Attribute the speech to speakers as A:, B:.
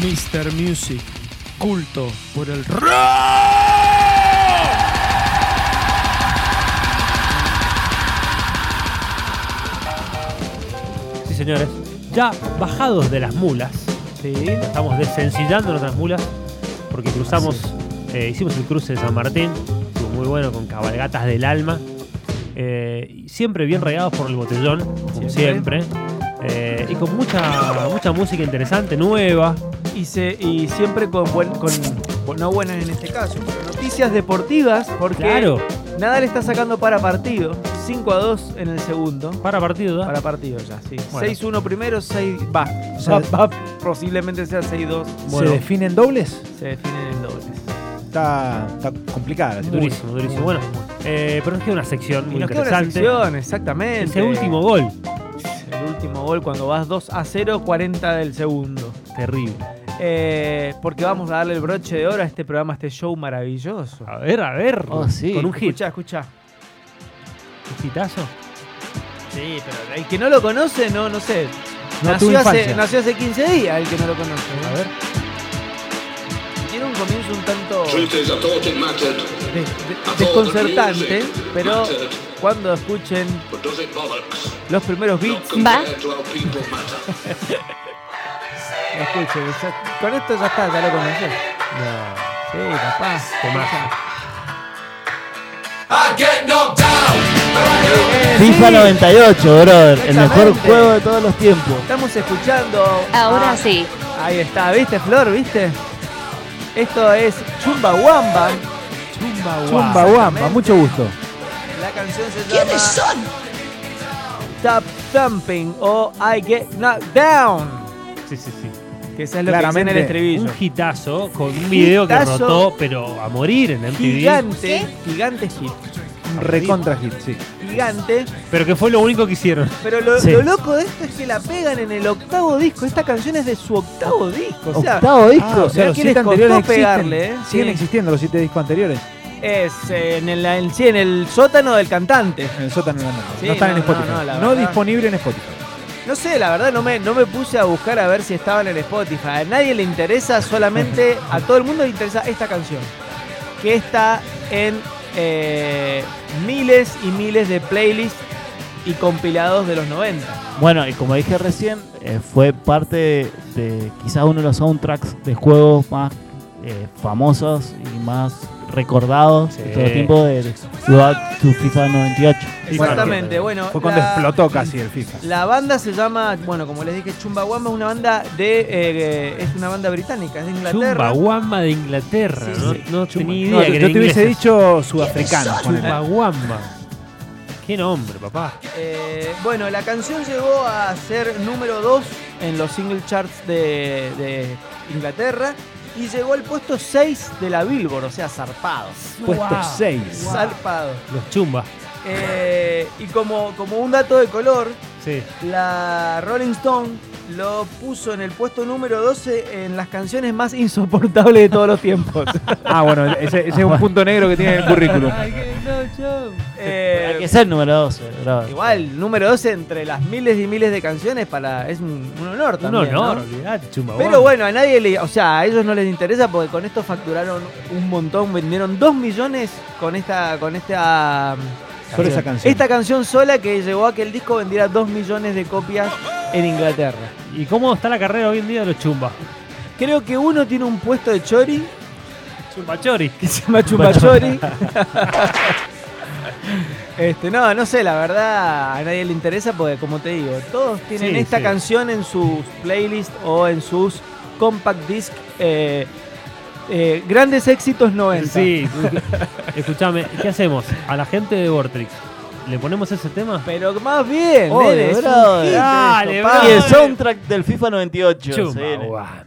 A: Mr. Music, culto por el rock.
B: Sí, señores. Ya bajados de las mulas. ¿sí? Estamos desencillando nuestras mulas porque cruzamos, eh, hicimos el cruce de San Martín. Estuvo muy bueno con cabalgatas del alma. Eh, y siempre bien regados por el botellón, como
A: Siempre.
B: siempre. Eh, y con mucha, mucha música interesante, nueva.
A: Y, se, y siempre con, buen- con, con- no buenas en este caso, pero noticias deportivas, porque
B: Claro.
A: Nadal está sacando para partido, 5 a 2 en el segundo.
B: Para partido. ¿da?
A: Para partido ya, sí.
B: Bueno.
A: 6-1 primero, 6 va.
C: Se-
A: Va, va, posiblemente sea 6-2.
B: Bueno.
C: ¿Se definen dobles?
A: Se definen en dobles.
C: Está, está complicada la situación.
B: Durísimo, durísimo. Bueno, eh, pero nos queda una sección
A: Y
B: muy
A: nos queda una
B: interesante.
A: sección, exactamente.
B: Ese último gol.
A: El último gol cuando vas 2 a 0, 40 del segundo.
B: Terrible.
A: Eh, porque vamos a darle el broche de oro a este programa, a este show maravilloso.
B: A ver, a ver.
A: Ah,
C: Oh, sí.
B: Con un hit.
A: Escucha, escucha.
B: Un hitazo.
A: Sí, pero el que no lo conoce, no, no sé.
C: No tuve
A: nació, hace,
C: infancia.
A: nació hace 15 días el que no lo conoce.
C: A ver.
A: Tiene un comienzo un tanto
D: Truth I thought it mattered,
A: de- de- desconcertante, pero cuando escuchen
D: but does it bollocks?
A: los primeros
D: Not
A: beats,
D: compared to how people matter.
A: escuchen, ya- con esto ya está, ya lo conoces. Sí, papá.
C: FIFA 98, brother. El mejor
A: Exactamente.
C: juego de todos los tiempos.
A: Estamos escuchando.
E: Ahora
A: a-
E: sí.
A: Ahí está, ¿viste, Flor? ¿Viste? Esto es Chumbawamba.
C: Chumba Wamba, mucho gusto.
A: La canción se llama. ¿Quiénes son? Tap Thumping o I Get Knocked Down.
B: Sí, sí, sí.
A: Que esa es lo
C: Claramente,
A: que dice en el
B: Un
A: estribillo.
B: hitazo con un video que
A: Hitazo.
B: rotó, pero a morir en MTV.
A: Gigante, gigante hit.
C: Un Recontra hit, sí.
A: Gigante.
B: Pero que fue lo único que hicieron.
A: Pero lo,
C: Sí.
A: lo loco de esto es que la pegan en el octavo disco. Esta canción es de su octavo disco. O sea,
C: Octavo disco.
A: ah, o sea,
C: Mirá
A: los
C: que
A: siete
C: les costó
A: anteriores existen. Siguen
C: ¿eh? Siguen existiendo los siete discos anteriores.
A: es eh, en el, en- sí, en el sótano del cantante.
C: En el sótano de la nave.
A: Sí,
C: No están
A: no,
C: en Spotify.
A: no,
C: No,
A: no, la verdad.
C: disponible en Spotify.
A: No sé, la verdad no me, no me puse a buscar a ver si estaban en Spotify. A nadie le interesa, solamente a todo el mundo le interesa esta canción. Que está en eh, miles y miles de playlists y compilados de los 90.
F: Bueno, y como dije recién, eh, fue parte de, de quizás uno de los soundtracks de juegos más eh, famosos y más recordados
B: Sí.
F: de todo el tiempo de, de Throughout to FIFA 98.
A: Exactamente, bueno.
C: Fue cuando
A: la-
C: explotó casi el FIFA.
A: La banda se llama, bueno, como les dije, Chumbawamba, es una banda de. eh, es una banda británica, es de Inglaterra.
B: Chumbawamba de Inglaterra.
A: Sí,
B: no
A: sí.
B: no tenía idea
C: No,
B: que
C: yo
B: eran
C: te hubiese
B: ingleses.
C: dicho sudafricano. ponele.
B: Chumbawamba. Qué nombre, papá.
A: Eh, bueno, la canción llegó a ser número 2 en los single charts de, de Inglaterra y llegó al puesto 6 de la Billboard, o sea, zarpado.
C: Puesto 6.
A: Zarpado.
B: Los Chumba.
A: Eh, y como, como un dato de color,
B: Sí.
A: la Rolling Stone lo puso en el puesto número 12 en las canciones más insoportables de todos los tiempos.
C: Ah, bueno, ese, ese es un punto negro que tiene en el currículum.
A: Eh,
F: Hay que ser número 12, brother.
A: Igual, número 12 entre las miles y miles de canciones para es un, un honor
B: Un
A: también.
B: honor,
A: ¿no?
B: olvidate, Chumbawamba.
A: Pero bueno, a nadie le. O sea, a ellos no les interesa porque con esto facturaron un montón, vendieron 2 millones con esta. con esta.
C: Solo esa canción.
A: Esta canción sola que llevó a que el disco vendiera 2 millones de copias en Inglaterra.
B: ¿Y cómo está la carrera hoy en día de los Chumba?
A: Creo que uno tiene un puesto de chori,
B: Chumbachori.
A: que se llama Chupachori. este, no, no sé, la verdad a nadie le interesa porque como te digo, todos tienen
B: Sí,
A: esta
B: sí.
A: canción en sus playlists o en sus compact disc. eh, eh, grandes éxitos 90.
B: Sí, escúchame, ¿qué hacemos? A la gente de Vortrix, ¿le ponemos ese tema?
A: Pero más bien, eh,
F: Oye,
A: nene, es un
F: brother.
A: hit
B: Dale,
A: esto, pa.
F: Y el soundtrack del FIFA 98. se viene.
B: Chumbawamba.